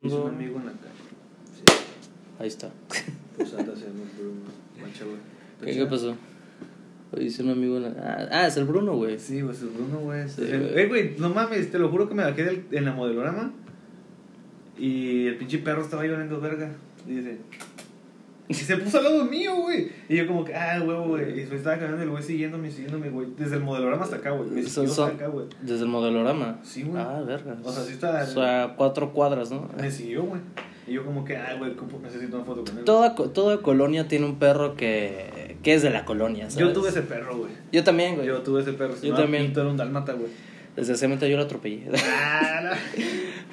Es un amigo Natalia. Sí. Ahí está. Pues anda haciendo el Bruno. Guacha, güey. ¿Qué, qué pasó? Oye, dice un amigo. en la- Ah, ah, es el Bruno, güey. Sí, pues el Bruno, güey. Sí, El- güey. eh, güey, no mames, te lo juro que me bajé del, en la modelorama. Y el pinche perro estaba llorando, verga. Y dice. Y se puso al lado mío, güey. Y yo, como que, ah, huevo, güey. Y se estaba caminando el güey siguiéndome, siguiéndome, güey. Desde el modelorama hasta acá, güey. Me Son- siguió hasta son- acá, güey. Desde el modelorama. Sí, güey. Ah, verga. O sea, sí está- O sea, cuatro cuadras, ¿no? Me siguió, güey. Y yo, como que, ah, güey, ¿cómo necesito una foto con él. Toda, co- toda colonia tiene un perro que, que es de la colonia, ¿sabes? Yo tuve ese perro, güey. Yo también, güey. Yo tuve ese perro. Yo también. Pinto era un dálmata, güey. Desgraciadamente yo lo atropellé. Ah,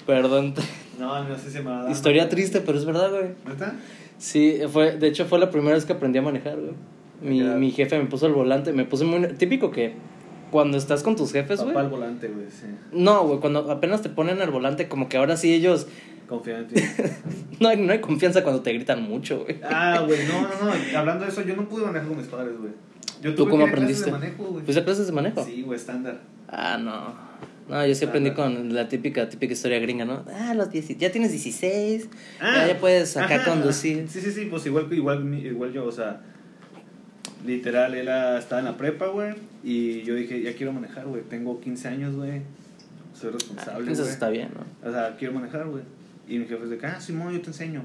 Perdón. t- no, no sé si se me va a dar. Historia triste, pero es verdad, güey. ¿Neta? Sí, fue, de hecho fue la primera vez que aprendí a manejar, güey. Mi, Ya. mi jefe me puso el volante, me puse muy... ne- Típico que cuando estás con tus jefes, Papá Pues, güey. al volante, güey, sí. No, güey, cuando apenas te ponen al volante, como que ahora sí ellos... Confía en ti. No hay, no hay confianza cuando te gritan mucho, güey. Ah, güey, no, no, no. Hablando de eso, yo no pude manejar con mis padres, güey. Yo ¿Tú tuve cómo que ir a clases aprendiste? de manejo, güey. ¿Fuiste a clases de manejo? Sí, Ah, güey, estándar. Ah, no. No, yo sí aprendí con la típica, típica historia gringa, ¿no? Ah, los 10, ya tienes 16, ya, ya puedes acá Ah. ajá. conducir. Sí, sí, sí, pues igual, igual, mi- igual yo, o sea, literal, él ah, estaba en la prepa, güey, y yo dije, ya quiero manejar, güey, tengo 15 años, güey, soy Ah, responsable, entonces güey. está bien, ¿no? O sea, quiero manejar, güey. Y mi jefe es de acá, ah, Simón, yo te enseño.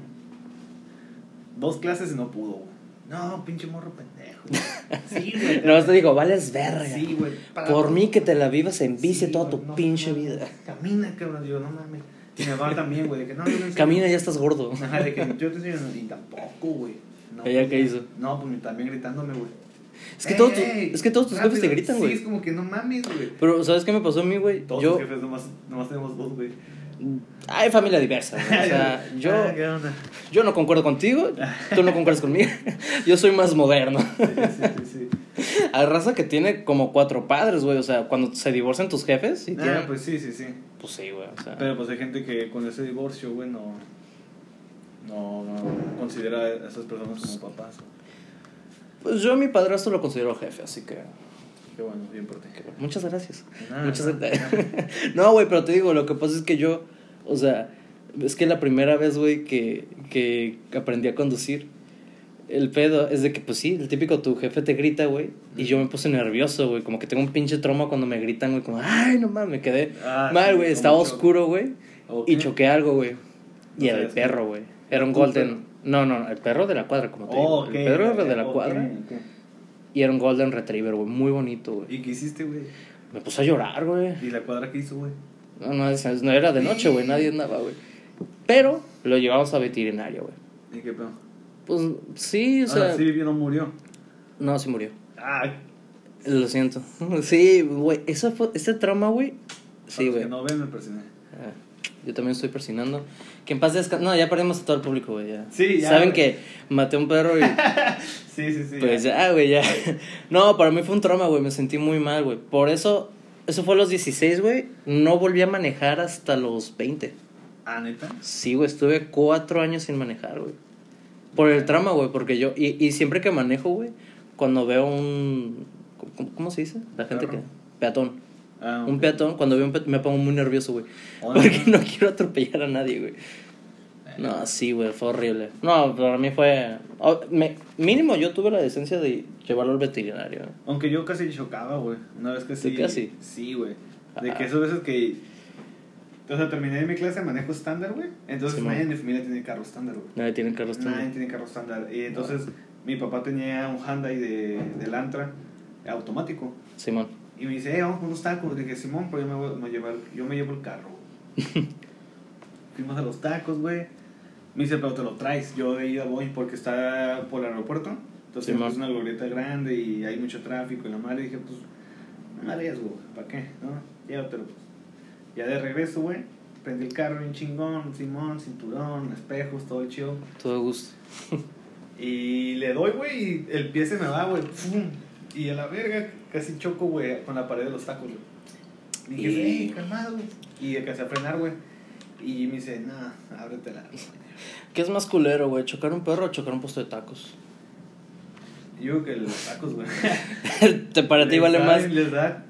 Dos clases y no pudo, güey. No, pinche morro pendejo. Sí, güey. No, te digo, vales verga. Sí, güey. pa- Por mí que te la vivas en bici Sí, toda güey, tu no, pinche no, vida. Camina, cabrón. Digo, no mames. Y mi mamá también, güey. De que no, yo no enseño. Camina, ya estás gordo. Ajá, de que yo te enseño. Y tampoco, güey. No, ¿Ella pues, qué hizo? No, pues también gritándome, güey. Es que, Ey, todos tus- ey, es que todos tus jefes te rápido. gritan, Sí, güey. es como que no mames, güey. Pero, ¿sabes qué me pasó a mí, güey? Todos Yo. tus jefes nomás, nomás tenemos dos, güey. Hay familia diversa, güey. O sea, yo, Ah, ¿Qué onda? yo no concuerdo contigo, tú no concuerdas conmigo. Yo soy más moderno. Sí, sí, sí. sí. Hay raza que tiene como cuatro padres, güey. O sea, cuando se divorcian tus jefes, sí, Ah. Ah, tienen- pues pues, sí, sí, sí. sí, güey. O sea, Pero pues hay gente que con ese divorcio, güey, no, no, no considera a esas personas como papás. pues yo a mi padrastro lo considero jefe, así que. Qué bueno, bien por ti. que bueno. Muchas gracias. Nada, Muchas nada, gracias. no, güey, pero te digo, lo que pasa es que yo, o sea, es que la primera vez, güey, que, que aprendí a conducir, el pedo es de que, pues sí, el típico tu jefe te grita, güey, y yo me puse nervioso, güey, como que tengo un pinche trauma cuando me gritan, güey, como, ay, no mames, me quedé Ah, mal, sí, güey, como estaba choque. oscuro, güey, Ok. y choqué algo, güey, y No era el sabías qué. perro, güey, era un Un golden. perro. No, no, el perro de la cuadra, como te Oh, digo. ok. El perro era de la ok, cuadra ok. y era un golden retriever, güey, muy bonito, güey. ¿Y qué hiciste, güey? Me puse a llorar, güey. ¿Y la cuadra qué hizo, güey? No, no, esa- no era de noche, güey, nadie andaba, güey. Pero lo llevamos a veterinario, güey. ¿Y qué pedo? Pues sí, o sea. ah, sí vivió, no murió. No, sí murió. Ah, Lo siento. Sí, güey, esa fue, ese trauma, güey. para Sí, los güey. Que no ven, me presioné. Ah, Yo también estoy persinando. Que en paz descanse. No, ya perdimos a todo el público, güey. Ya. Sí, ya, Saben güey. que maté a un perro y. Sí, sí, sí. Pues ya, güey, ya. No, para mí fue un trauma, güey. Me sentí muy mal, güey. Por eso, eso fue a los 16, güey. No volví a manejar hasta los 20. Ah, neta. Sí, güey, estuve cuatro años sin manejar, güey. Por el trama, güey, porque yo. Y, y siempre que manejo, güey, cuando veo un. ¿Cómo, cómo se dice? La gente Perro. que. Peatón. Ah, Un ok. peatón, cuando veo un peatón, me pongo muy nervioso, güey. Hola. Porque no quiero atropellar a nadie, güey. Eh. No, sí, güey, fue horrible. No, para mí fue. oh, me- mínimo yo tuve la decencia de llevarlo al veterinario. güey. Aunque yo casi chocaba, güey. Una vez que sí. ¿De qué así? Sí, güey. De Ah. que esas veces que. O sea, terminé mi clase de manejo estándar, güey. Entonces, Simón. nadie en mi familia tiene carro estándar, güey. Nadie tiene carro Nadie estándar. tiene carro estándar. Y entonces, mi papá tenía un Hyundai de, de Lantra automático. Simón. Y me dice, eh, vamos por unos tacos. Le dije, Simón, pero yo me, voy- me llevo, el- yo me llevo el carro. güey". Fuimos a los tacos, güey. Me dice, pero te lo traes. Yo de ida voy porque está por el aeropuerto. Entonces Simón. es una glorieta grande y hay mucho tráfico. Y la madre dije, pues, no me arriesgo, güey, ¿para qué? ¿No? Llévatelo, pues. Ya de regreso, güey. Prendí el carro bien chingón, Simón, cinturón, espejos, todo el chido. Todo gusto. Y le doy, güey, y el pie se me va, güey. ¡fum! Y a la verga casi choco, güey, con la pared de los tacos, güey. Y dije, Y- "Ey, calmado, güey. Y alcancé a frenar, güey. Y me dice, nah, ábretela. ¿Qué es más culero, güey? ¿Chocar un perro o chocar un puesto de tacos? Y yo que los tacos, güey. Te para ti Les vale da- más. Les da.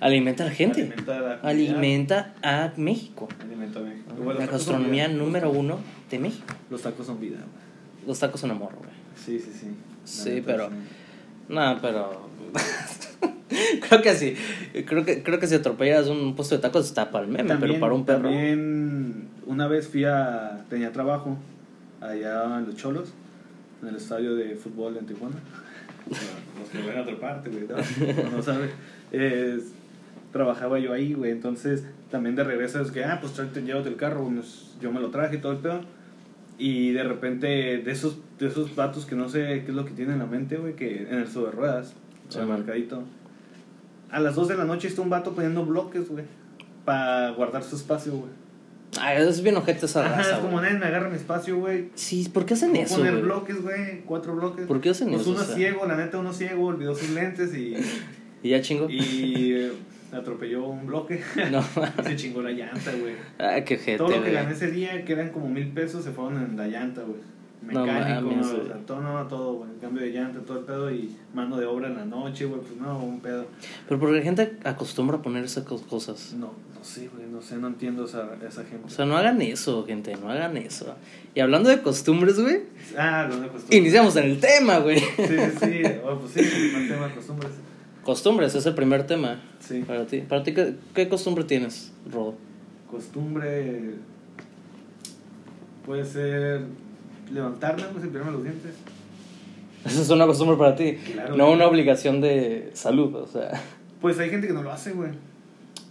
Alimenta a la gente. Alimenta a la comunidad. Alimenta a México. Alimenta a México. Güey, los La tacos son gastronomía vida. número uno de México. Los tacos son vida, güey. Los tacos son amor, güey. Sí, sí, sí. La Sí, neta, pero- No, pero. creo que sí. Creo que, creo que si atropellas un puesto de tacos está para el meme, pero También- para un perro. También una vez fui a. tenía trabajo allá en los Cholos, en el estadio de fútbol en Tijuana. Los que ven a otra parte, güey, ¿no? No sabes. Es- trabajaba yo ahí, güey. Entonces, también de regreso es que, ah, pues tráete, llévate el carro. nos- yo me lo traje y todo el pedo. Y de repente, de esos, de esos vatos que no sé qué es lo que tienen en la mente, güey, que en el sobre ruedas, Sí, o el man. mercadito. A las 2 de la noche está un vato poniendo bloques, güey, para guardar su espacio, güey. Ay, es bien ojete esa Ajá, raza, es como güey. nadie me agarra mi espacio, güey. Sí, ¿por qué hacen Voy a eso? poner güey? bloques, güey, cuatro bloques. ¿Por qué hacen pues eso, uno o sea? ciego, la neta, uno ciego, olvidó sus lentes y, Y ya chingo. y eh, atropelló un bloque. No. y se chingó la llanta, güey. Ay, qué ojete, Todo lo que güey. gané ese día, que eran como mil pesos, se fueron en la llanta, güey. No Mecánico, mames, o güey. sea, todo, no, todo, güey. Cambio de llanta, todo el pedo y mano de obra en la noche, güey. Pues no, un pedo. Pero porque la gente acostumbra a poner esas co- cosas. Pues, No, no sé, güey, no sé, no entiendo esa, esa gente. O sea, no hagan eso, gente, no hagan eso. Y hablando de costumbres, güey, ah, los de costumbre. iniciamos en el tema, güey. Sí, sí, sí. Oh, pues sí, el tema de costumbres. Costumbres es el primer tema Sí, para ti. Para ti, ¿qué, qué costumbre tienes, Rodo? costumbre. Puede ser levantarme, pues cepillarme los dientes. Esa es una costumbre para ti, Claro, no güey. una obligación de salud, o sea. Pues hay gente que no lo hace, güey.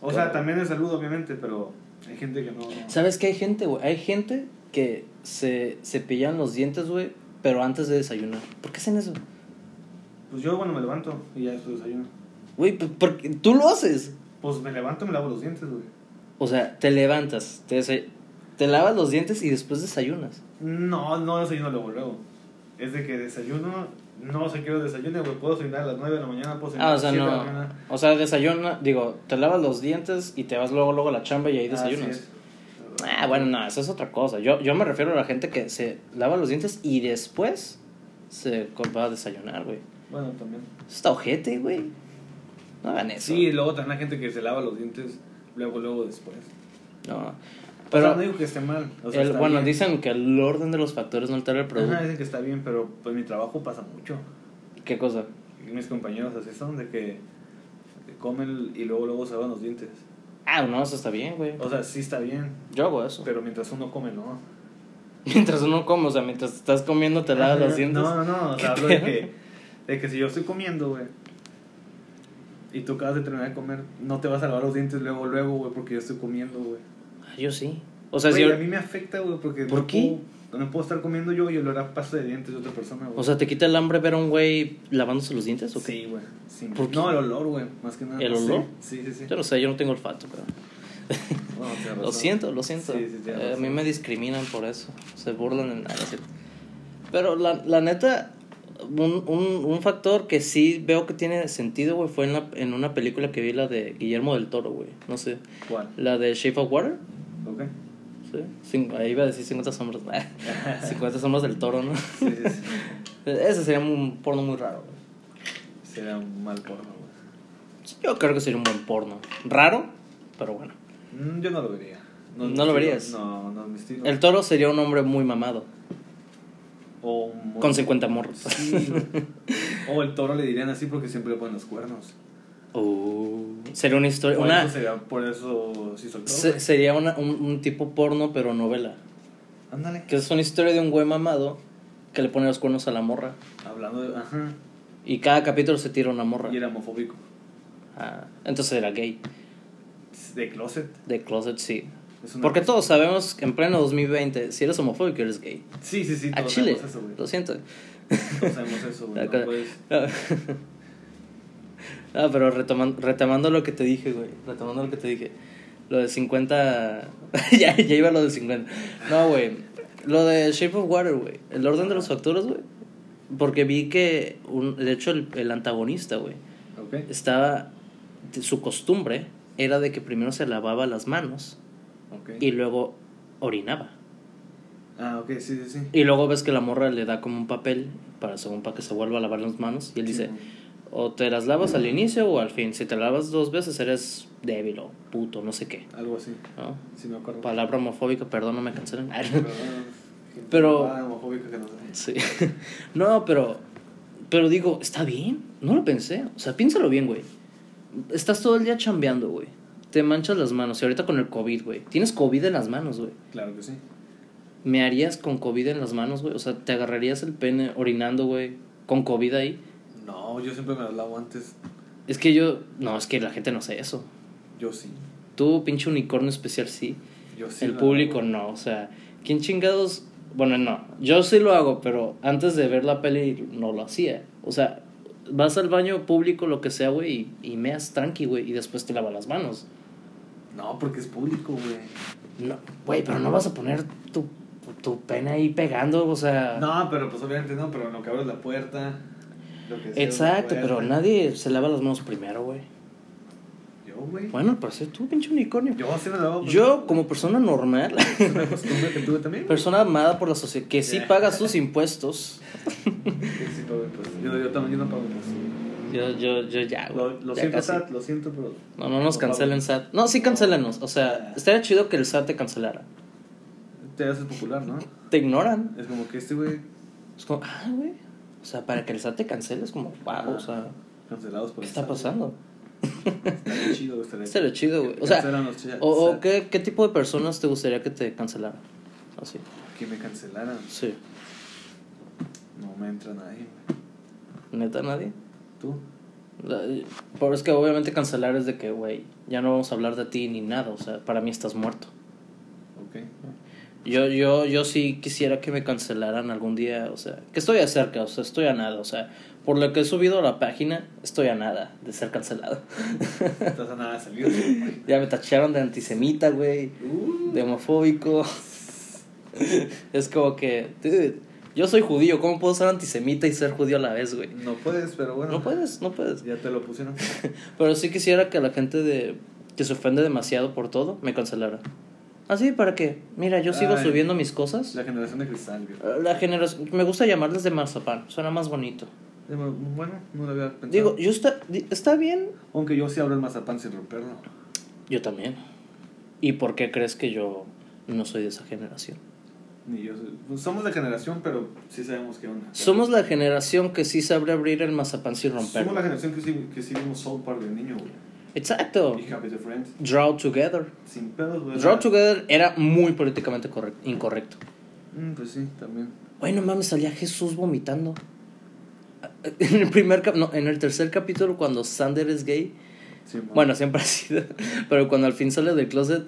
O sea, Claro. también es salud, obviamente, pero hay gente que no. ¿Sabes qué hay gente, güey? Hay gente que se cepillan los dientes, güey, pero antes de desayunar. ¿Por qué hacen eso? Pues yo, bueno, me levanto y ya después desayuno. Güey, pues, ¿por qué? tú lo haces. Pues me levanto y me lavo los dientes, güey. O sea, te levantas, te, desa- te lavas los dientes y después desayunas. No, no desayuno luego, luego. Es de que desayuno, no sé qué hora desayuno, güey. Puedo desayunar a las 9 de la mañana, puedo desayunar Ah, a o las sea, 7 de la no. mañana. O sea, desayuna, digo, te lavas los dientes y te vas luego, luego a la chamba y ahí Así desayunas. es. Ah, bueno, no, eso es otra cosa. Yo, yo me refiero a la gente que se lava los dientes y después se co- va a desayunar, güey. Bueno, también. Eso está ojete, güey. No hagan eso. Sí, y luego también hay gente que se lava los dientes luego, luego después. No. Pero Pero, no digo que esté mal. O sea, el- está bueno, bien. dicen que el orden de los factores no altera el producto. Ajá, dicen que está bien, pero pues mi trabajo pasa mucho. ¿Qué cosa? Y mis compañeros así son, de que comen y luego, luego se lavan los dientes. Ah, no, eso está bien, güey. O sea, sí está bien, Yo hago eso. pero mientras uno come, no. Mientras uno come, o sea, mientras estás comiendo te lavas Ajá, los dientes. No, no, no. O ¿Qué sea, hablo de pedo? que, de que si yo estoy comiendo, güey. Y tú acabas de terminar de comer, no te vas a lavar los dientes luego, luego, güey, porque yo estoy comiendo, güey. Ah, Yo sí. O sea, si Güey, yo- a mí me afecta, güey, porque ¿Por no, qué? Puedo, no puedo estar comiendo yo y olor a pasta de dientes de otra persona, güey. o sea, ¿te quita el hambre ver a un güey lavándose los dientes o qué? sí, güey. sí. ¿Por qué? No, el olor, güey, más que nada. ¿El no sé. olor? Sí, sí, sí. Yo no sé, yo no tengo olfato, pero... Bueno, tienes Lo razón. siento, lo siento. Sí, sí, tienes Eh, a razón. mí me discriminan por eso. Se burlan en nada. ¿cierto? Pero la, la neta, un, un, un factor que sí veo que tiene sentido, güey, fue en, la- en una película que vi, la de Guillermo del Toro, güey. No sé. ¿Cuál? La de Shape of Water. Ok. Sí. Cin- ahí iba a decir 50 sombras. 50 sombras del toro, ¿no? Sí, sí, sí. Ese sería un porno muy raro, güey. Será un mal porno, güey. Yo creo que sería un buen porno. Raro, pero bueno. Mm, Yo no lo vería. es ¿No mi lo estilo. verías? No, no es mi estilo. El toro sería un hombre muy mamado. O un- Con 50 morros. Sí, güey. O el toro le dirían así porque siempre le ponen los cuernos. Uh, sería una historia. Por Una, eso sería- por eso sí soltó. se- sería una- un, un tipo porno, pero novela. Ándale. Que es una historia de un güey mamado que le pone los cuernos a la morra. Hablando de. Ajá. Y cada capítulo se tira una morra. Y era homofóbico. Ah, entonces era gay. De closet. De closet, sí. Es una- Porque todos sabemos que en pleno 2020, si eres homofóbico, eres gay. Sí, sí, sí. A Todos Chile. sabemos eso, güey. Lo siento. Todos sabemos eso, güey. No Acá. puedes- No, pero retoman- retomando lo que te dije, güey. Retomando lo que te dije. Lo de 50. ya, ya iba lo del 50. No, güey. Lo de Shape of Water, güey. El orden de los factores, güey. Porque vi que, un- de hecho, el, el antagonista, güey, Ok. estaba. Su costumbre era de que primero se lavaba las manos Ok. y luego orinaba. Ah, ok, sí, sí, sí. Y luego ves que la morra le da como un papel para, según para que se vuelva a lavar las manos. Y él dice: O te las lavas al inicio o al fin. Si te lavas dos veces eres débil o puto, no sé qué. Algo así, ¿no? si me acuerdo. Palabra homofóbica, perdón, no me cancelan. Pero. Pero- Ah, homofóbico que no sé. Sí. No, pero. Pero digo, ¿está bien? No lo pensé. O sea, piénsalo bien, güey. Estás todo el día chambeando, güey. Te manchas las manos. Y ahorita con el COVID, güey. Tienes COVID en las manos, güey. Claro que sí. ¿Me harías con COVID en las manos, güey? O sea, ¿te agarrarías el pene orinando, güey? Con COVID ahí. No, yo siempre me las lavo antes. Es que yo. No, es que la gente no hace eso. Yo sí. Tú, pinche unicornio especial, sí. Yo sí. el la público lavo. no. O sea, ¿quién chingados.? Bueno, no. Yo sí lo hago, pero antes de ver la peli no lo hacía. O sea, vas al baño público, lo que sea, güey, y, y meas tranqui, güey, y después te lavas las manos. No, porque es público, güey. No, güey, pero no vas a poner tu, tu pene ahí pegando, o sea. No, pero pues obviamente no, pero en lo que abres la puerta. lo que sea, Exacto, la pero puerta. nadie se lava las manos primero, güey. Yo, güey. Bueno, para ser tú, pinche unicornio. Yo sí me lavo. pues, Yo, como persona normal, Es una costumbre que tuve también. persona amada por la sociedad, que sí Ya. paga sus impuestos. Sí, sí, pago impuestos. Yo, yo también yo no pago impuestos. Yo, yo, yo ya, Ah, güey. Lo, lo ya siento, casi. Sat, lo siento, pero. No, no nos No, cancelen vamos. SAT. No, sí cancélanos. O sea, estaría chido que el SAT te cancelara. Te haces popular, ¿no? Te ignoran. Es como que este güey, Es como, ah, güey. O sea, para que el SAT te cancele es como, wow, o sea, cancelados por ¿qué el está SAT. pasando? Estaría chido, estaría Estaría chido, güey. Que O sea, cancelan los chats. ¿O, o qué, qué tipo de personas te gustaría que te cancelaran? Así. Que me cancelaran. Sí. No me entra nadie, güey. ¿Neta nadie? Tú. La- Pero es que obviamente cancelar es de que, güey, ya no vamos a hablar de ti ni nada. O sea, para mí estás muerto. Ok. Yo, yo, yo sí quisiera que me cancelaran algún día, o sea, que estoy a cerca, o sea, estoy a nada, o sea, por lo que he subido a la página, estoy a nada de ser cancelado. Estás a nada de salir. ya me tacharon de antisemita, güey, Uh, de homofóbico. es como que, dude, yo soy judío, ¿cómo puedo ser antisemita y ser judío a la vez, güey? no puedes, pero bueno. No puedes, no puedes. Ya te lo pusieron. Pero sí quisiera que la gente de que se ofende demasiado por todo me cancelara. Así, ¿para qué? Mira, yo sigo Ay. subiendo mis cosas. La generación de cristal, güey. La generación. Me gusta llamarles de marzapán, suena más bonito. Bueno, no lo había pensado. Digo, yo está, di- está bien. Aunque yo sí abro el mazapán sin romperlo. Yo también. ¿Y por qué crees que yo no soy de esa generación? Ni yo. soy- pues somos la generación, pero sí sabemos qué onda. Somos la generación que sí sabe abrir el mazapán sin romperlo. Somos la generación que sí, que sí vimos Soul Park de niño, güey. Exacto. Y Happy the Friends. Draw Together. Sin pedos, güey. Oh. Draw Together era muy políticamente correc- incorrecto. Mm, pues sí, también. Güey, no mames, salía Jesús vomitando. En el primer cap- no, en el tercer capítulo cuando Sander es gay, Sí, mamá. Bueno, siempre ha sido. Pero cuando al fin sale del closet,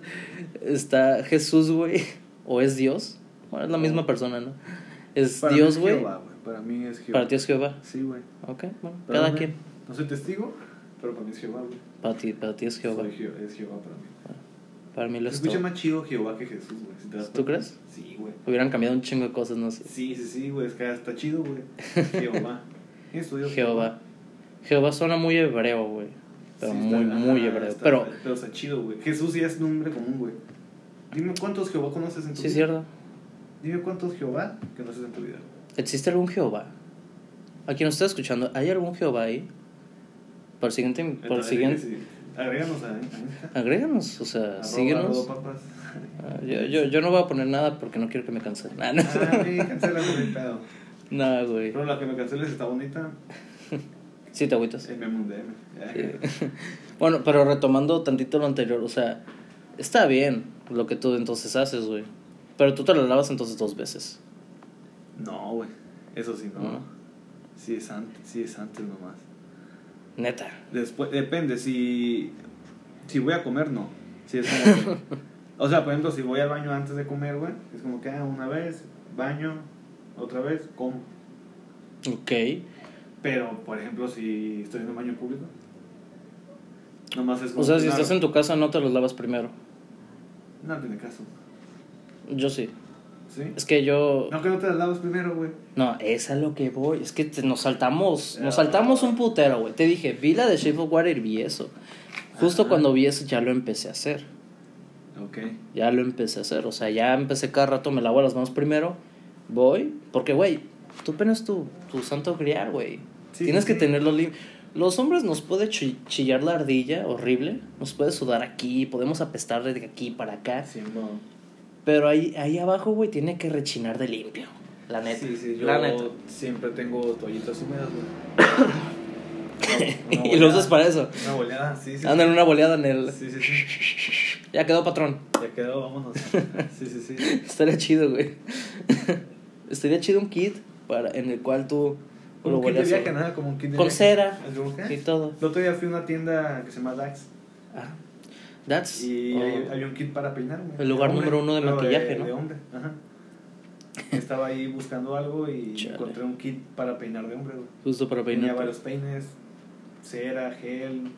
está Jesús, güey. O es Dios. Bueno, es la misma persona, ¿no? Es Oh. Para mí Dios, es güey. Jehová, Para mí es Jehová. Para ti es Jehová. Sí, güey. Ok, bueno, cada Perdóname, quien. No soy testigo, pero para mí es Jehová, güey. Para ti, para ti es Jehová. Soy Jeh- es Jehová para mí. Para mí Se lo es escucha todo. más chido Jehová que Jesús, güey. si te das ¿Tú cuenta. crees? Sí, güey. Hubieran cambiado un chingo de cosas, no sé. Sí, sí, sí, güey. Es que está chido, güey. Jehová. ¿Quién estudió Jehová. Jehová suena muy hebreo, güey. Pero Sí, muy, está- muy ajá, hebreo. está- Pero, Pero está chido, güey. Jesús ya es nombre común, güey. Dime cuántos Jehová conoces en tu sí es vida. cierto. Dime cuántos Jehová conoces en tu vida. ¿Existe algún Jehová? A quien nos está escuchando, ¿hay algún Jehová ahí? Para el siguiente. Para el Entonces, siguiente. sí, Agréganos a. a Insta. Agréganos, o sea, Arroba, síguenos. arroba papas. Ah, Yo, yo, yo no voy a poner nada porque no quiero que me cancelen. Ah, Ah, sí, cancela, güey, pedo. no. no, güey. Pero la que me canceles está bonita. Sí, te agüitas. Eh, me mandé. Sí. Bueno, pero retomando tantito lo anterior, o sea, está bien lo que tú entonces haces, güey. Pero tú te la lavas entonces dos veces. No, güey. Eso sí, no. No. Sí, es antes, sí es antes nomás. Neta. Después, depende, si, si voy a comer, no. Si es como que- o sea, por ejemplo, si voy al baño antes de comer, güey, es como que ah, una vez, baño, otra vez, como. Ok. Pero, por ejemplo, si estoy en un baño público, nomás es como. O sea, que, si claro, estás en tu casa no te los lavas primero. No tiene caso, Yo sí. ¿sí? Es que yo... No que no te las lavas primero, güey. No, es a lo que voy. Es que te- nos saltamos, nos saltamos un putero, güey. Te dije, vi la de Shape of Water y vi eso. Justo Ajá. cuando vi eso ya lo empecé a hacer. Ok. ya lo empecé a hacer. O sea, ya empecé cada rato, me lavo las manos primero, voy, porque, güey, tú penas tu, tu santo grial, güey. Sí, Tienes sí, que sí. tenerlo limpio. Los hombres nos puede chi- chillar la ardilla, horrible. Nos puede sudar aquí, podemos apestar de aquí para acá. Sí, no. Pero ahí, ahí abajo, güey, tiene que rechinar de limpio. La neta. Sí, sí, yo la neta. siempre tengo toallitas húmedas, güey. Una- una y lo boleada. usas para eso. Una boleada, sí, sí. Andan sí. una boleada en el. Sí, sí, sí. Ya quedó patrón. Ya quedó, vámonos. Sí, sí, sí. Estaría chido, güey. Estaría chido un kit para, en el cual tú Como lo un kit de vuelvas viaje, a. nada, como un kit de Con viaje. ¿Eh? cera. Así como, ¿qué? Y todo. El otro día fui a una tienda que se llama Dax Ah. That's. y oh. hay- había un kit para peinarme. El lugar número uno de pero maquillaje, ¿no? De hombre, ajá. Estaba ahí buscando algo y Chale. encontré un kit para peinar de hombre, güey. Justo para Tenía peinar. varios peines, cera, gel,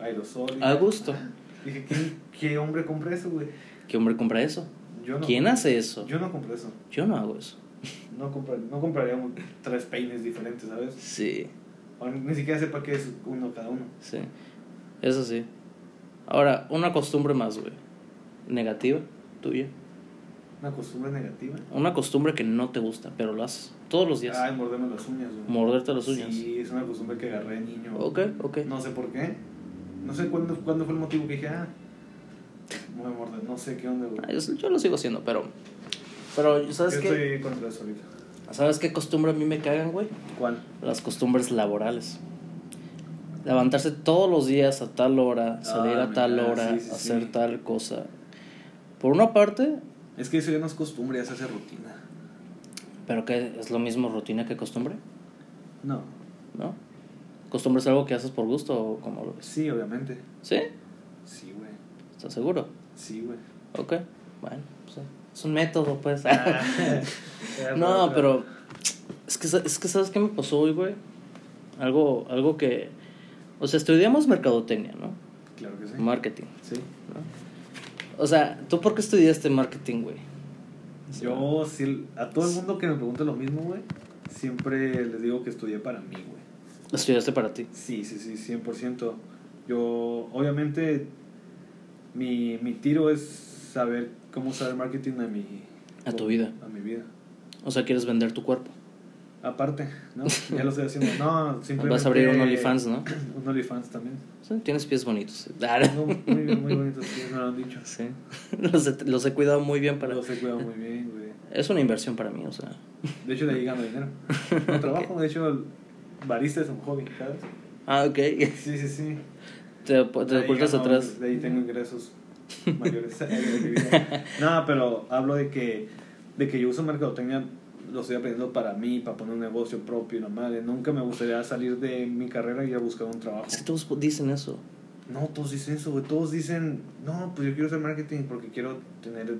aerosol. y- A gusto. Dije, ¿quién, ¿qué hombre compra eso, güey? ¿Qué hombre compra eso? Yo no ¿Quién hace eso? Yo no compré eso. Yo no hago eso. No, compra- no compraría un- tres peines diferentes, ¿sabes? Sí, O ni siquiera sepa qué es uno cada uno. sí. Eso sí. Ahora, una costumbre más, güey. Negativa, tuya. Una costumbre negativa. Una costumbre que no te gusta, pero lo haces todos los días. Ay, morderme las uñas, güey. Morderte las uñas. Ah. Sí, es una costumbre que agarré de niño. Ok, ok. No sé por qué. No sé cuándo, cuándo fue el motivo que dije, ah, me voy a morder. No sé qué onda, güey. Ah, yo, yo lo sigo haciendo, pero. Pero, ¿sabes Yo qué? estoy contra eso ahorita. ¿Sabes qué costumbre a mí me cagan, güey? ¿Cuál? Las costumbres laborales. Levantarse todos los días a tal hora, salir Ah, a tal mira, hora, sí, sí, hacer sí. tal cosa. Por una parte, Es que eso ya no es costumbre, ya se hace rutina. pero que es lo mismo rutina que costumbre, No. ¿no? ¿Costumbre es algo que haces por gusto o como lo ves? Sí, obviamente. ¿Sí? Sí, güey. ¿Estás seguro? Sí, güey. Ok, bueno, pues, es un método, pues. Ah, Era No, para- pero es que, sa- es que sabes qué me pasó hoy, güey. Algo, algo que. O sea, estudiamos mercadotecnia, ¿no? Claro que sí. Marketing. Sí. O sea, ¿tú por qué estudiaste marketing, güey? Yo, sí, a todo el mundo que me pregunta lo mismo, güey, siempre les digo que estudié para mí, güey. Estudiaste para ti. Sí, sí, sí, 100%. Yo, obviamente, mi, mi tiro es saber cómo usar el marketing a mi... A tu vida. A mi vida. O sea, quieres vender tu cuerpo. Aparte, ¿no? Ya lo estoy haciendo. No, simplemente... Vas a abrir un OnlyFans, ¿no? Un OnlyFans también. Sí, Tienes pies bonitos. Ah, No, no. muy, bien, muy bonito, sí, me lo han dicho. Sí. Los he, los he cuidado muy bien para. Pero se cuida muy bien, güey. Es una inversión para mí, o sea. De hecho, de ahí gano dinero. No trabajo, de hecho, el barista es un hobby, ¿sabes? Ah, ok. Te, Sí, sí, sí. te De ahí ocultas gano- atrás. De ahí tengo ingresos mayores. de mi vida. no, pero hablo de que, de que yo uso mercadotecnia, lo estoy aprendiendo para mí, para poner un negocio propio y la madre. Nunca me gustaría salir de mi carrera y ir a buscar un trabajo. Es que todos dicen eso. No, todos dicen eso, güey. Todos dicen, no, pues yo quiero hacer marketing porque quiero tener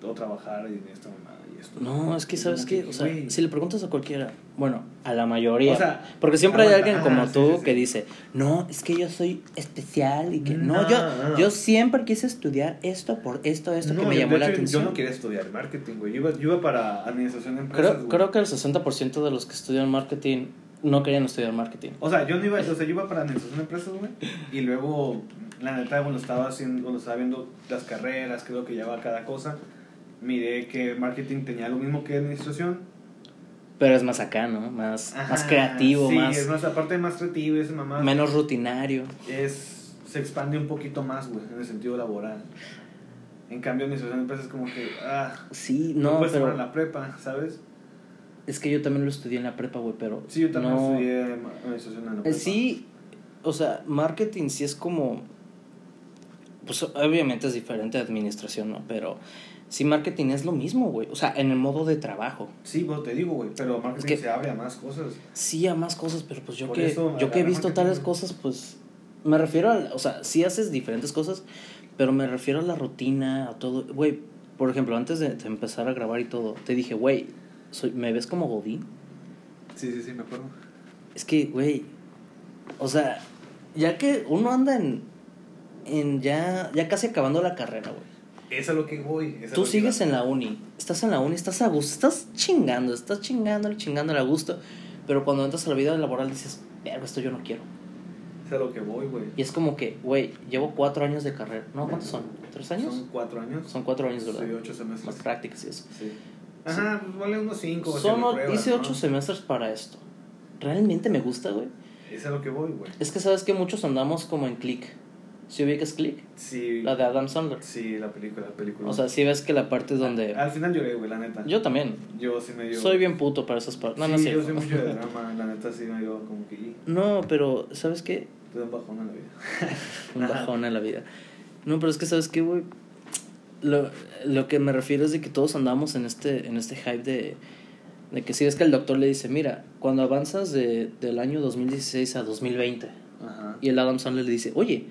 o trabajar en esta mamada y esto. No, es que Y sabes como que, o sea, güey, si le preguntas a cualquiera, bueno, a la mayoría, O sea, porque siempre hay aguanta, alguien ah, como sí, tú sí, sí. que dice, no, es que yo soy especial y que no, No, yo, no, no. yo siempre quise estudiar esto por esto, esto no, que me yo- llamó de la hecho, atención. Yo no quería estudiar marketing, güey. Yo iba, yo iba para administración de empresas. creo, güey. creo que el 60% de los que estudian marketing no querían estudiar marketing. O sea, yo no iba, o sea, yo iba para administración de empresas, güey. Y luego, la neta, cuando estaba haciendo, cuando estaba viendo las carreras, qué es lo que llevaba cada cosa, miré que marketing tenía lo mismo que administración. Pero es más acá, ¿no? Más, más Ajá, creativo, sí, más, es más, aparte de más creativo, es mamá. menos rutinario. Es, se expande un poquito más, güey, en el sentido laboral. En cambio, administración de empresas es como que, ah, Sí, no no, puedes tomar pero la prepa, ¿sabes? es que yo también lo estudié en la prepa, güey, pero Sí, yo también no- estudié administración en la Eh, prepa. Sí, o sea, marketing sí es como. Pues obviamente es diferente de administración, ¿no? Pero sí, marketing es lo mismo, güey. O sea, en el modo de trabajo. Sí, pues, te digo, güey, pero marketing que- se abre a más cosas. Sí, a más cosas, pero pues yo Por que, eso, yo que he agarra visto marketing, tales güey. cosas, pues. Me refiero a. O sea, sí haces diferentes cosas, pero me refiero a la rutina, a todo. Güey, por ejemplo, antes de, de empezar a grabar y todo, te dije, güey, soy, ¿me ves como Godín? Sí, sí, sí, me acuerdo. Es que, güey, o sea, ya que uno anda en, en ya, ya casi acabando la carrera, güey. Es a lo que voy. es a Tú lo que sigues va. en la uni, estás en la uni, estás a gusto, estás chingando, estás chingando, chingando a gusto, pero cuando entras a la vida laboral dices, verga, esto yo no quiero. Es a lo que voy, güey. Y es como que, güey, llevo cuatro años de carrera. No, ¿cuántos son? ¿Tres años? Son cuatro años. Son cuatro años, Sí, ¿verdad? ocho Más semestres. prácticas y eso. Sí. Ajá, pues vale unos cinco. si Son, lo pruebas, hice ¿no? ocho semestres para esto. ¿Realmente me gusta, güey? Es a lo que voy, güey. Es que sabes que muchos andamos como en click. Si ubicas click, Sí. la de Adam Sandler. Sí, la película, la película. O sea, si ves que la parte donde. Al final lloré, güey, la neta. Yo también. Ah, Yo sí me dio. Soy bien puto para esas partes. No, no es sí, yo soy cierto. mucho de drama, la neta sí me dio como que. y, No, pero ¿sabes qué? Te da un bajón a la vida. Un bajón a la vida. No, pero es que ¿sabes qué, güey? Lo, lo que me refiero es de que todos andamos en este, en este hype de, de que si ves que el doctor le dice, mira, cuando avanzas de, del año 2016 a 2020, Ajá. y el Adam Sandler le dice, oye,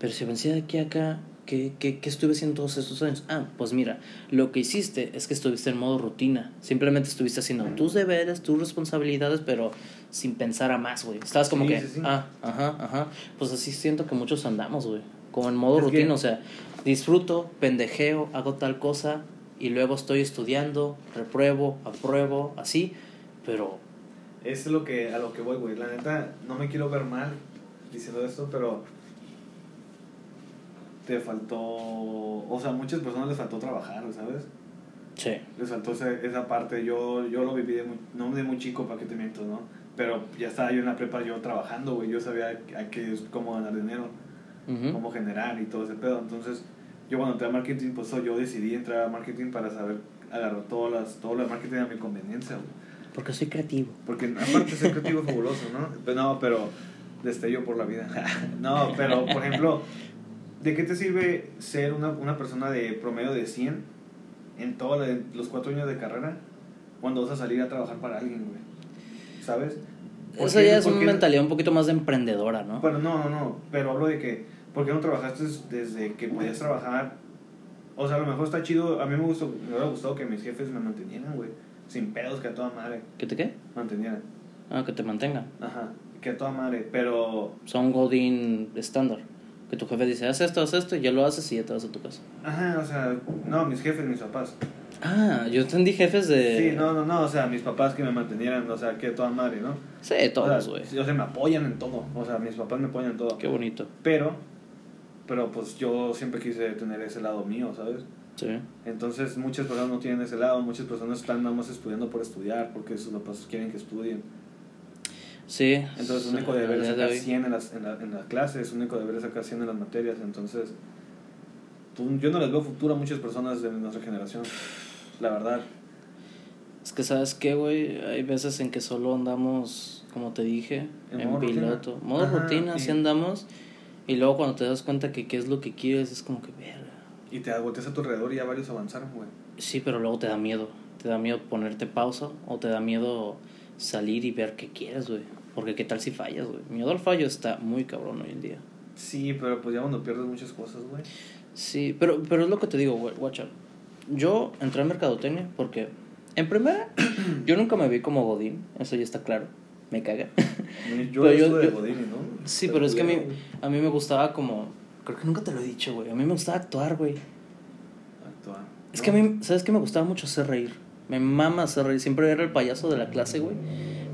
pero si avancé de aquí a acá, ¿qué, qué, qué estuve haciendo todos estos años? Ah, pues mira, lo que hiciste es que estuviste en modo rutina, simplemente estuviste haciendo tus deberes, tus responsabilidades, pero sin pensar a más, güey. Estabas como Sí, que, sí, sí. ah, ajá, ajá, pues así siento que muchos andamos, güey, como en modo Es que- rutina, o sea, disfruto, pendejeo, hago tal cosa y luego estoy estudiando, repruebo, apruebo, así, pero... Es lo que, a lo que voy, güey. La neta, no me quiero ver mal diciendo esto, pero. Te faltó. O sea, a muchas personas les faltó trabajar, ¿sabes? Sí. Les faltó esa, esa parte. Yo, yo lo viví de muy, no de muy chico, para que te miento, ¿no? Pero ya estaba yo en la prepa, yo trabajando, güey. Yo sabía a qué, cómo ganar dinero. Ujú. cómo generar y todo ese pedo. Entonces, yo cuando entré a marketing, pues so- yo decidí entrar a marketing para saber agarrar todas las, todo lo de marketing a mi conveniencia, güey. Porque soy creativo. Porque aparte ser creativo es fabuloso, ¿no? Pero, no, pero destello por la vida. no, pero por ejemplo, ¿de qué te sirve ser una, una persona de promedio de 100 en todos los cuatro años de carrera cuando vas a salir a trabajar para alguien, güey? ¿Sabes? ¿Por Eso qué- ya es por una qué- mentalidad un poquito más de emprendedora, ¿no? Bueno, no, no, no, pero hablo de que, ¿por qué no trabajaste desde que podías trabajar? O sea, a lo mejor está chido, a mí me, gustó, me hubiera gustado que mis jefes me mantuvieran, güey, sin pedos, que a toda madre ¿Que te qué? mantuvieran, Ah, que te mantenga. ajá, que a toda madre, pero, Son Godin estándar. Que tu jefe dice, haz esto, haz esto, y ya lo haces y ya te vas a tu casa. ajá, o sea, no, mis jefes, mis papás. Ah, yo entendí jefes de... Sí, no, no, no, o sea, mis papás que me mantuvieran, o sea, que a toda madre, ¿no? Sí, O todos, sea, güey. sí, o sea, me apoyan en todo, o sea, mis papás me apoyan en todo, Qué bonito. pero, pero pues yo siempre quise tener ese lado mío, ¿sabes? Sí. Entonces muchas personas no tienen ese lado, muchas personas están nada más estudiando por estudiar, porque sus papás quieren que estudien. Sí. Entonces el único deber es día de sacar hoy. 100 en las, en, la- en las clases, único deber es sacar 100 en las materias. Entonces tú- yo no les veo futuro a muchas personas de nuestra generación, la verdad. Es que, ¿sabes qué, güey? Hay veces en que solo andamos, como te dije, En en, modo piloto. rutina. Modo Ajá, rutina, así y- andamos. Y luego cuando te das cuenta que qué es lo que quieres, es como que, verga. Y te volteas a tu alrededor y ya varios avanzaron, güey. Sí, pero luego te da miedo. Te da miedo ponerte pausa o te da miedo salir y ver qué quieres, güey. Porque qué tal si fallas, güey. Miedo al fallo está muy cabrón hoy en día. Sí, pero pues ya cuando pierdes muchas cosas, güey. Sí, pero, pero es lo que te digo, güey. Watch out. Yo entré a mercadotecnia porque, en primera, yo nunca me vi como Godín. Eso ya está claro. Me caga. Yo Pero eso yo- de yo- Godín, ¿no? Sí, Te pero es que a mí, culero, güey. a mí me gustaba como... Creo que nunca te lo he dicho, güey. A mí me gustaba actuar, güey. Actuar. Es que a mí, ¿sabes qué? Me gustaba mucho hacer reír. Me mama hacer reír. Siempre era el payaso de la clase, güey.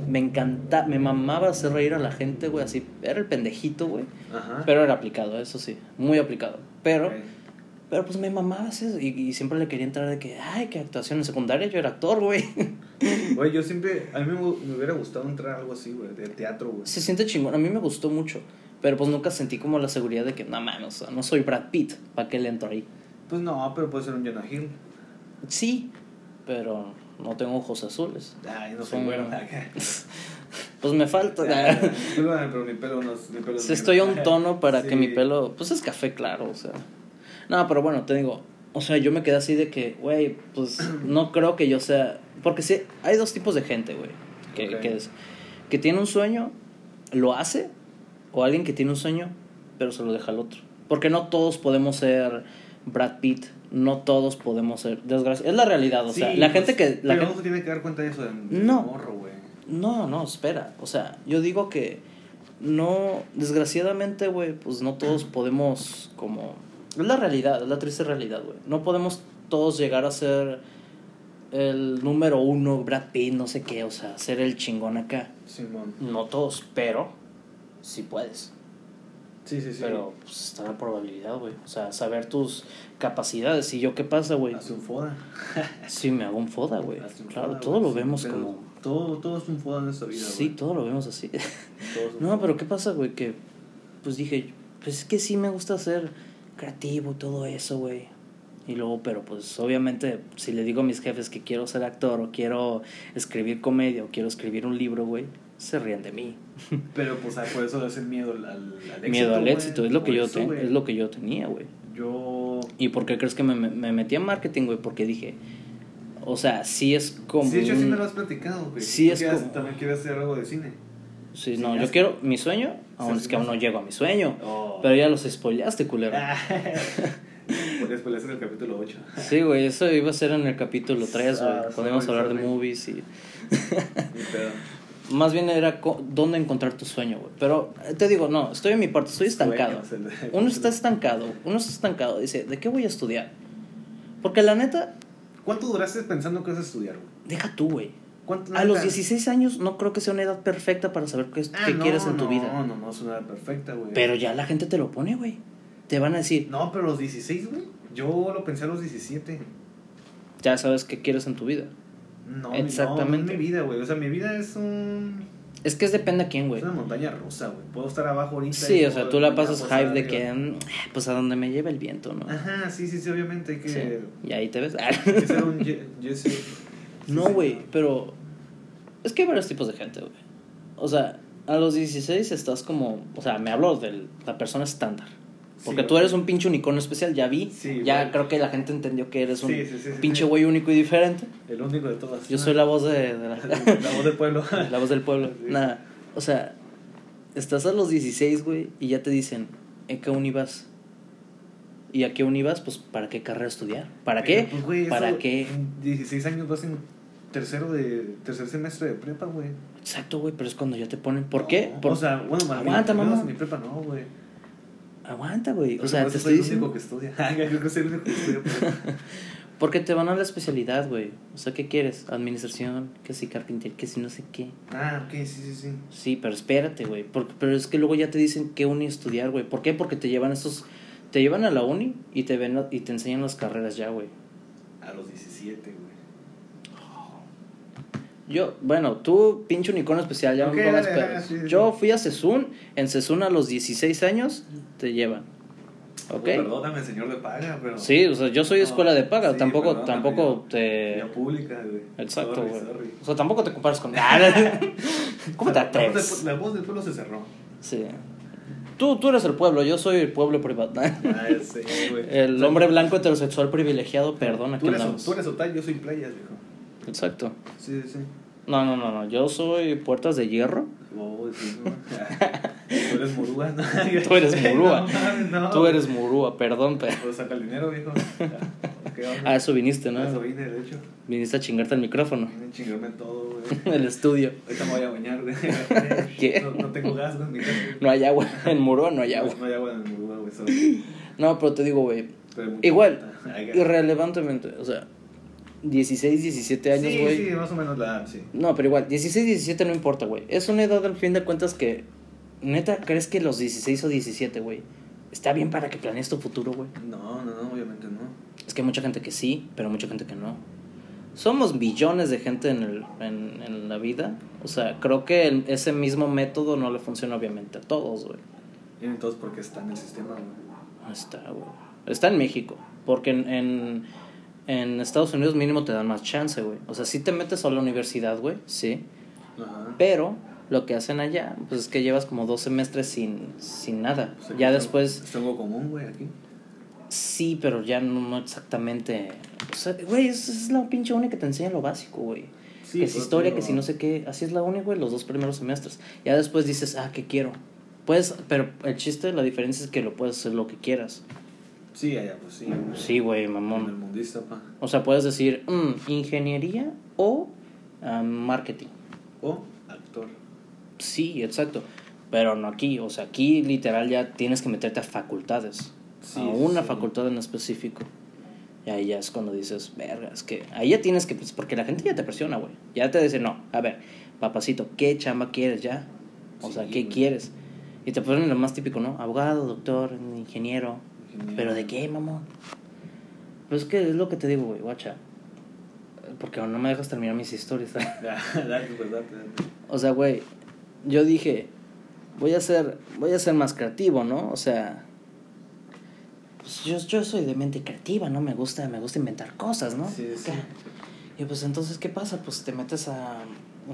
Me encanta, me mamaba hacer reír a la gente, güey. Así, era el pendejito, güey. Ajá. Pero era aplicado, eso sí. Muy aplicado. Pero, Ah. Ok. pero pues me mamaba eso. Y, y siempre le quería entrar de que, ay, qué actuación en secundaria. Yo era actor, güey. Güey, yo siempre, a mí me, me hubiera gustado entrar a algo así, güey, de teatro, güey. Se siente chingón. A mí me gustó mucho. Pero pues nunca sentí como la seguridad de que, no man, o sea, no soy Brad Pitt. ¿Para qué le entro ahí? Pues no, pero puede ser un Jonah Hill. Sí, pero no tengo ojos azules. Ay, no no soy soy Sí. güero. Disculpame, Pues me falta. pero mi pelo no es. Mi pelo es Sí, negro. estoy a un tono para Sí. que mi pelo, pues es café claro, o sea. No, pero bueno, te digo, o sea, yo me quedé así de que, güey, pues no creo que yo sea, porque sí, hay dos tipos de gente, güey, que, Ok. que es, que tiene un sueño, lo hace, o alguien que tiene un sueño, pero se lo deja al otro. Porque no todos podemos ser Brad Pitt, no todos podemos ser, desgracia, es la realidad, o sea, Sí, la pues, gente que... La pero gente- uno se tiene que dar cuenta de eso de No. morro, güey. no, no, espera. O sea, yo digo que no, desgraciadamente, güey, pues no todos podemos como... Es la realidad, es la triste realidad, güey. No podemos todos llegar a ser el número uno, Brad Pitt, no sé qué, o sea, ser el chingón acá. Simón. No todos, pero sí puedes. Sí, sí, sí. Pero pues, está la probabilidad, güey. O sea, saber tus capacidades. Y yo, ¿qué pasa, güey? Hace un foda. Sí, me hago un foda, güey. Hace un Claro, foda, todo güey, lo sí, vemos pero como... Todo, todo es un foda en esta vida, Sí, güey. todo lo vemos así. Todo es un No, foda. pero ¿qué pasa, güey? Que pues dije, pues es que sí me gusta ser creativo y todo eso, güey. Y luego, pero pues obviamente si le digo a mis jefes que quiero ser actor o quiero escribir comedia o quiero escribir un libro, güey, se ríen de mí. Pero pues ah, por eso es el miedo al, al- al éxito. Miedo al güey. éxito, es lo que Por yo eso, ten- güey. es lo que yo tenía, güey. Yo. ¿Y por qué crees que me, me- me metí en marketing, güey? Porque dije, o sea, sí es como Sí, de hecho, sí un- me lo has platicado, güey. Sí, Tú es querías- como- También quieres hacer algo de cine. Sí, sí, no, ya yo está. quiero mi sueño, aún Sí, es sí, Ah, que aún ya no está. llego a mi sueño. Oh. Pero ya los spoileaste, culero. Después le haces el capítulo 8. Sí, güey, eso iba a ser en el capítulo 3, güey. Ah, cuando íbamos a sorry, hablar de sorry. movies y... Ni pedo. Más bien era co- dónde encontrar tu sueño, güey. Pero eh, te digo, no, estoy en mi parte, estoy estancado. Sueños, el- Uno está estancado, uno está estancado. Dice, ¿de qué voy a estudiar? Porque la neta, ¿Cuánto duraste pensando que vas a estudiar, güey? deja tú, güey. ¿Cuánto- A los neta? 16 años no creo que sea una edad perfecta para saber qué, es- Ah, qué no, quieres en tu no, vida. No, no, no, es una edad perfecta, güey. Pero ya la gente te lo pone, güey. Te van a decir, No, pero los 16, güey. Yo lo pensé a los 17. ya sabes qué quieres en tu vida. No, mi- No, no Exactamente. es mi vida, güey. O sea, mi vida es un. Es que es depende a quién, güey. Es una montaña rusa, güey. Puedo estar abajo ahorita. y Sí, o sea, puedo- tú la mañana pasas puedo hype estar de arriba. que, mm, pues a donde me lleve el viento, ¿no? Ajá, sí, sí, sí, obviamente hay que. Sí. Y ahí te ves. hay que ser un ye- yes- sí, no, sí, güey, pero es que hay varios tipos de gente, güey. O sea, a los 16 estás como, o sea, me hablo de la persona estándar. Porque Sí, tú güey. eres un pinche unicornio especial, ya vi. Sí, ya güey. creo que la gente entendió que eres un Sí, sí, sí, sí, pinche sí. güey único y diferente. El único de todas. Yo soy la voz de, de la, La voz del pueblo. la voz del pueblo. Sí. Nada, o sea, estás a los 16, güey, y ya te dicen, ¿en qué uni vas? ¿Y a qué uni vas? Pues, ¿para qué carrera estudiar? ¿Para Pero, qué? pues, güey, eso- ¿Para qué? 16 años vas en tercero de tercer semestre de prepa, güey. Exacto, güey, pero es cuando ya te ponen. ¿Por qué? No, Por- O sea, bueno, más bien, Aguanta, al menos mamá. en mi prepa no, güey. Aguanta, güey. Creo O que sea, por te eso estoy soy el único diciendo. que estudia. Ah, Creo que soy el único que estudia. pues. pero- Porque te van a la especialidad, güey. O sea, ¿qué quieres? Administración, que si carpintería, que si no sé qué. Ah, ok, sí, sí, sí. Sí, pero espérate, güey. Porque, pero es que luego ya te dicen qué uni estudiar, güey. ¿Por qué? Porque te llevan estos. Te llevan a la uni y te ven la- y te enseñan las carreras ya, güey. A los 17, güey. Yo, bueno, tú, pinche unicornio especial, ya Ok, me pongas dale, dale, pedos. sí, sí. Yo fui a Sesun, en Sesun a los 16 años te llevan. ¿Ok? Perdóname, señor de paga, pero. Sí, o sea, yo soy No, escuela de paga, sí, tampoco, perdóname, tampoco yo- te... Vía pública, güey. Exacto, Sorry, güey. sorry. O sea, tampoco te comparas con... Ah, ¿Cómo te La voz del pu- atreves? La voz del pueblo se cerró. Sí. Tú, tú eres el pueblo, yo soy el pueblo privado. Ah, ese, güey. El hombre blanco heterosexual privilegiado, perdona, Tú ¿qué eres, andamos? tú eres Otay, yo soy playas, viejo. Exacto. Sí, sí, sí. No, no, no, no, yo soy puertas de hierro. Oh, sí, no. Tú eres murúa, ¿no? Tú eres murúa. No, mames, no. Tú eres murúa, perdón. pe- Pues saca el dinero, viejo. ¿Qué onda? Ah, eso viniste, No, eso ¿no? vine, de hecho. Viniste a chingarte el micrófono, Vine a chingarme todo, güey. el estudio. Ahorita me voy a bañar, güey. ¿Qué? No, no tengo gas, güey, en mi casa. No hay agua, en Murúa no hay agua. No hay agua en Murúa, güey. sorry. No, pero te digo, güey, Pero hay mucha igual, puta. Ay, güey. irrelevantemente, o sea, 16, 17 años, güey. Sí, sí, más o menos la edad, sí. No, pero igual, 16, 17 no importa, güey. Es una edad al fin de cuentas que, neta, ¿crees que los 16 o 17, güey? Está bien para que planees tu futuro, güey. No, no, no, obviamente no. Es que hay mucha gente que sí, pero mucha gente que no. Somos billones de gente en, el, en, en la vida. O sea, creo que el- ese mismo método no le funciona obviamente a todos, güey. Y entonces, ¿por qué está en el sistema, güey? Ahí está, güey. Está en México. Porque en, en, en Estados Unidos mínimo te dan más chance, güey. O sea, si te metes a la universidad, güey, sí. Ajá. Pero lo que hacen allá, pues es que llevas como dos semestres sin, sin nada. Pues aquí ya es después, algo- Es algo común, güey, aquí. sí, pero ya no, no exactamente. O sea, güey, es, es la pinche única que te enseña lo básico, güey. Sí, que si pues, historia, digo, que si no sé qué. Así es la única, güey, los dos primeros semestres. Ya después dices, ah, ¿qué quiero? Pues, pero el chiste, la diferencia es que lo puedes hacer lo que quieras. Sí, allá, pues sí. güey. Sí, güey, En el mamón. mundista, pa. O sea, puedes decir, mm, ingeniería o ah, marketing. O actor. Sí, exacto. Pero no aquí, o sea, aquí literal ya tienes que meterte a facultades, Sí, a una sí. facultad en específico. Y ahí ya es cuando dices, verga, es que ahí ya tienes que, pues, porque la gente ya te presiona, güey. Ya te dice, no, a ver, papacito, ¿qué chamba quieres ya? O Sí, sea, ¿qué güey. quieres? Y te ponen lo más típico, ¿no? Abogado, doctor, ingeniero. Ingeniero. ¿Pero de qué, mamón? Pues es que es lo que te digo, güey, guacha. Porque no me dejas terminar mis historias. Ya, date, pues date, date. O sea, güey, yo dije, voy a ser, voy a ser más creativo, ¿no? O sea, pues yo, yo soy de mente creativa, ¿no? Me gusta, me gusta inventar cosas, ¿no? Sí, sí. Acá. Y pues entonces, ¿qué pasa? Pues te metes a,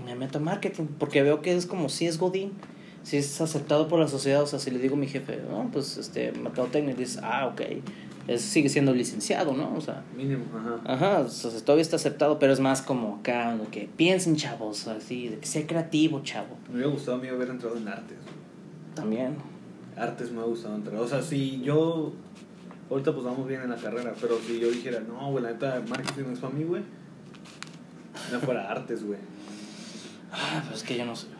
me meto a marketing, porque veo que es como si es Godín, si es aceptado por la sociedad, o sea, si le digo a mi jefe, no, pues este, mercadotecnia, y dices, ah, ok, es, sigue siendo licenciado, ¿no? O sea, Mínimo, ajá. Ajá, o sea, todavía está aceptado, pero es más como acá, lo que piensen, chavos, así, de que sea creativo, chavo. Me hubiera gustado a mí haber entrado en artes. También. Artes me ha gustado entrar. O sea, si yo. Ahorita pues vamos bien en la carrera, pero si yo dijera, no, güey, la neta, marketing no es para mí, güey. No fuera artes, güey. Ah, pero es que yo no sé.